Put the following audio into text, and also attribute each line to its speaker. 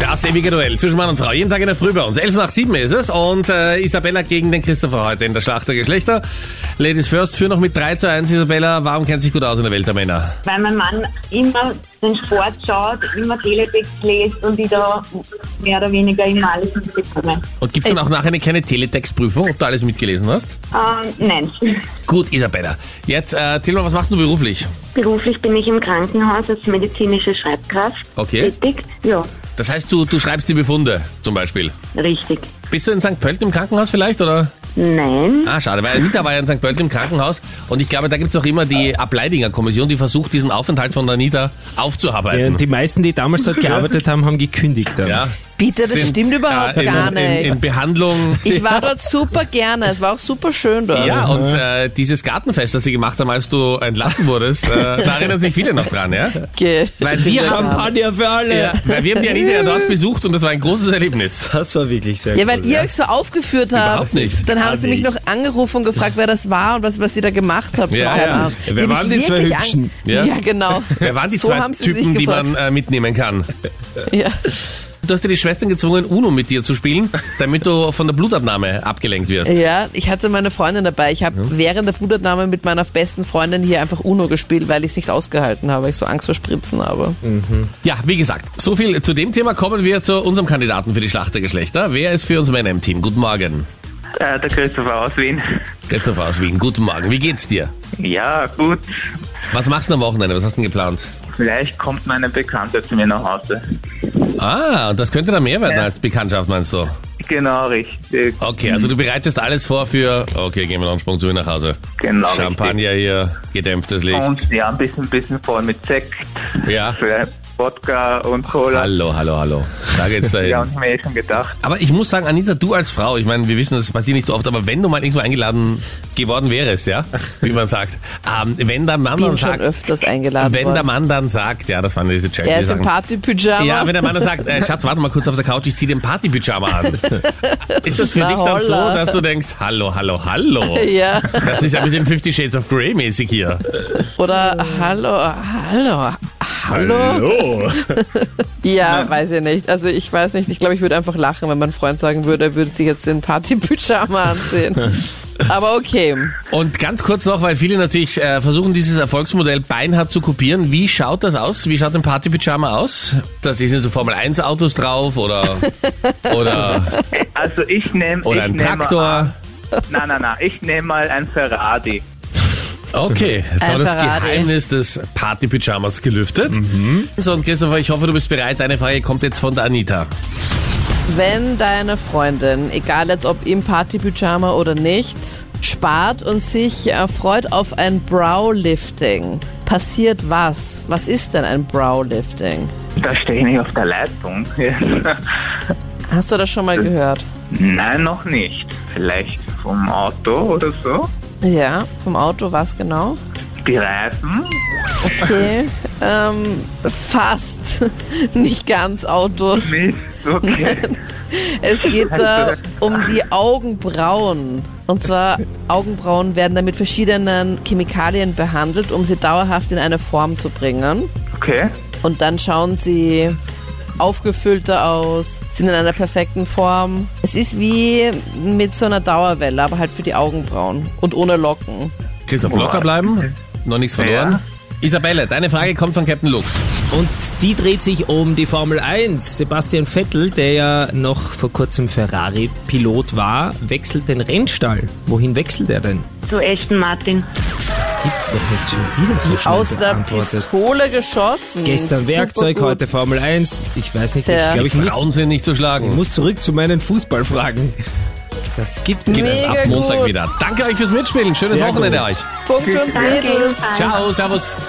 Speaker 1: Das ewige Duell zwischen Mann und Frau. Jeden Tag in der Früh bei uns. 11 nach 7 ist es. Und äh, Isabella gegen den Christopher heute in der Schlacht der Geschlechter. Ladies first, für noch mit 3 zu 1. Isabella, warum kennt sich gut aus in der Welt der Männer?
Speaker 2: weil mein Mann immer den Sport schaut, immer Teletext liest und ich da mehr oder weniger immer alles mitbekomme.
Speaker 1: Und gibt's dann auch nachher eine kleine Teletextprüfung, ob du alles mitgelesen hast?
Speaker 2: Ähm, nein.
Speaker 1: Gut, Isabella. Jetzt äh, erzähl mal, was machst du beruflich?
Speaker 2: Beruflich bin ich im Krankenhaus als medizinische Schreibkraft.
Speaker 1: Okay.
Speaker 2: Richtig? Ja,
Speaker 1: Das heißt, du, du schreibst die Befunde zum Beispiel.
Speaker 2: richtig.
Speaker 1: Bist du in St. Pölten im Krankenhaus vielleicht, oder?
Speaker 2: Nein.
Speaker 1: Ah, schade, weil Anita war ja in St. Pölten im Krankenhaus und ich glaube, da gibt's auch immer die Ableidinger-Kommission, die versucht, diesen Aufenthalt von Anita
Speaker 3: Ja,
Speaker 1: aufzuarbeiten.
Speaker 3: und die meisten, die damals dort gearbeitet haben, haben gekündigt. Dann.
Speaker 1: Ja,
Speaker 4: Bitte, das
Speaker 1: sind,
Speaker 4: stimmt überhaupt
Speaker 1: äh, in,
Speaker 4: gar nicht.
Speaker 1: In, in Behandlung.
Speaker 4: ich war dort super gerne, es war auch super schön dort.
Speaker 1: Ja, und äh, dieses Gartenfest, das sie gemacht haben, als du entlassen wurdest, äh, da erinnern sich viele noch dran, ja?
Speaker 4: Ge-
Speaker 1: Weil wir, haben,
Speaker 3: Champagner für alle.
Speaker 1: ja, weil wir haben die Anita ja dort besucht und das war ein großes Erlebnis.
Speaker 3: Das war wirklich sehr
Speaker 4: ja, weil ihr euch so aufgeführt habt.
Speaker 1: Überhaupt nicht.
Speaker 4: Dann haben sie mich noch
Speaker 3: nicht.
Speaker 4: angerufen und gefragt, wer das war und was, was sie da gemacht habt.
Speaker 1: Ja,
Speaker 4: so, keine
Speaker 1: ja.
Speaker 4: Ahnung.
Speaker 3: Wer
Speaker 4: mich
Speaker 3: waren die zwei
Speaker 4: wirklich an-
Speaker 3: Hübschen?
Speaker 1: Ja.
Speaker 4: Ja. genau.
Speaker 1: Wer waren die
Speaker 4: so
Speaker 1: zwei
Speaker 4: haben sie sich
Speaker 1: Typen, die
Speaker 4: gefragt.
Speaker 1: man äh, mitnehmen kann?
Speaker 4: Ja.
Speaker 1: Du hast ja die Schwestern gezwungen, Uno mit dir zu spielen, damit du von der Blutabnahme abgelenkt wirst.
Speaker 4: ja, ich hatte meine Freundin dabei. Ich habe während der Brudername mit meiner besten Freundin hier einfach Uno gespielt, weil ich es nicht ausgehalten habe, weil ich so Angst vor Spritzen habe.
Speaker 1: Ja, wie gesagt, so viel zu dem Thema. Kommen wir zu unserem Kandidaten für die Schlacht der Geschlechter. Wer ist für uns Männer im Team? Guten Morgen.
Speaker 5: Äh, der Christopher aus Wien.
Speaker 1: Christopher aus Wien, guten Morgen. Wie geht's dir?
Speaker 5: Ja, gut.
Speaker 1: Was machst du am Wochenende? Was hast du denn geplant?
Speaker 5: Vielleicht kommt meine Bekannte zu mir nach Hause.
Speaker 1: Ah, und das könnte dann mehr werden als Bekanntschaft, meinst du?
Speaker 5: Genau, richtig.
Speaker 1: Okay, also du bereitest alles vor für... Okay, gehen wir noch einen Sprung zu mir nach Hause.
Speaker 5: Genau,
Speaker 1: Champagner hier, gedämpftes
Speaker 5: Richtig.
Speaker 1: Licht.
Speaker 5: Und ja, ein bisschen, bisschen voll mit Sekt.
Speaker 1: Ja.
Speaker 5: Vielleicht Wodka und Cola.
Speaker 1: Hallo, hallo, hallo. Da geht's dahin.
Speaker 5: Ja, und ich hab mir eh schon gedacht.
Speaker 1: Aber ich muss sagen, Anita, du als Frau, ich meine, wir wissen, das passiert nicht so oft, aber wenn du mal irgendwo eingeladen geworden wärst, ja, wie man sagt, ähm, wenn der Mann dann
Speaker 4: Bin schon
Speaker 1: sagt,
Speaker 4: öfters eingeladen
Speaker 1: wenn
Speaker 4: worden.
Speaker 1: der Mann dann sagt, ja, das waren diese Jackie
Speaker 4: er ist im
Speaker 1: Sachen.
Speaker 4: Party-Pyjama.
Speaker 1: Ja, wenn der Mann dann sagt, äh, Schatz, warte mal kurz auf der Couch, ich zieh den Party-Pyjama an. Ist das für
Speaker 4: Na,
Speaker 1: dich dann so,
Speaker 4: holla.
Speaker 1: dass du denkst, hallo, hallo, hallo?
Speaker 4: Ja.
Speaker 1: Das ist ja ein bisschen Fifty Shades of Grey mäßig hier.
Speaker 4: Oder hallo, hallo, hallo. Ja, weiß ich nicht. Also ich weiß nicht. Ich glaube, ich würde einfach lachen, wenn mein Freund sagen würde, er würde sich jetzt den Party-Pyjama anziehen. Aber okay.
Speaker 1: Und ganz kurz noch, weil viele natürlich äh, versuchen, dieses Erfolgsmodell beinhart zu kopieren. Wie schaut das aus? Wie schaut ein Party-Pyjama aus? Das sind so Formel-1-Autos drauf oder, oder,
Speaker 5: Also ich nehme...
Speaker 1: oder ein Traktor.
Speaker 5: Nein, nein, nein. Ich nehme mal ein Ferrari.
Speaker 1: Okay, jetzt haben wir das
Speaker 4: Ein Ferrari.
Speaker 1: Geheimnis des Party-Pyjamas gelüftet. So, und Christopher, ich hoffe, du bist bereit. Deine Frage kommt jetzt von der Anita.
Speaker 4: Wenn deine Freundin, egal jetzt ob im Party-Pyjama oder nicht, spart und sich äh, freut auf ein Browlifting, passiert was? Was ist denn ein Browlifting?
Speaker 5: Da stehe ich nicht auf der Leitung.
Speaker 4: Hast du das schon mal gehört?
Speaker 5: nein, noch nicht. Vielleicht vom Auto oder so.
Speaker 4: Ja, vom Auto was genau?
Speaker 5: Die Reifen.
Speaker 4: Okay, ähm, fast. Nicht ganz Auto.
Speaker 5: Mist, okay.
Speaker 4: Es geht da um die Augenbrauen. Und zwar Augenbrauen werden dann mit verschiedenen Chemikalien behandelt, um sie dauerhaft in eine Form zu bringen.
Speaker 5: Okay.
Speaker 4: Und dann schauen sie aufgefüllter aus, sind in einer perfekten Form. Es ist wie mit so einer Dauerwelle, aber halt für die Augenbrauen und ohne Locken.
Speaker 1: Christoph, locker bleiben. Noch nichts verloren.
Speaker 5: Ja.
Speaker 1: Isabelle, deine Frage kommt von Captain Luke.
Speaker 3: Und die dreht sich um die Formel 1. Sebastian Vettel, der ja noch vor kurzem Ferrari-Pilot war, wechselt den Rennstall. Wohin wechselt er denn?
Speaker 2: Zu Ashton Martin.
Speaker 3: Das gibt's doch nicht schon wieder so schnell
Speaker 4: Aus der
Speaker 3: beantwortet.
Speaker 4: Pistole geschossen.
Speaker 3: Gestern
Speaker 4: Super
Speaker 3: Werkzeug,
Speaker 4: gut.
Speaker 3: heute Formel 1. Ich weiß nicht,
Speaker 4: Tja.
Speaker 3: ich glaube, ich muss,
Speaker 1: Frauen sind nicht zu schlagen.
Speaker 3: muss zurück zu meinen Fußballfragen. Das gibt
Speaker 1: Gibt es
Speaker 3: es
Speaker 4: Mega
Speaker 1: ab Montag
Speaker 4: gut.
Speaker 1: wieder. Danke euch fürs Mitspielen. Schönes
Speaker 3: Sehr
Speaker 1: Wochenende
Speaker 3: gut.
Speaker 1: euch.
Speaker 4: Punkt und Mädels.
Speaker 1: Ciao, servus.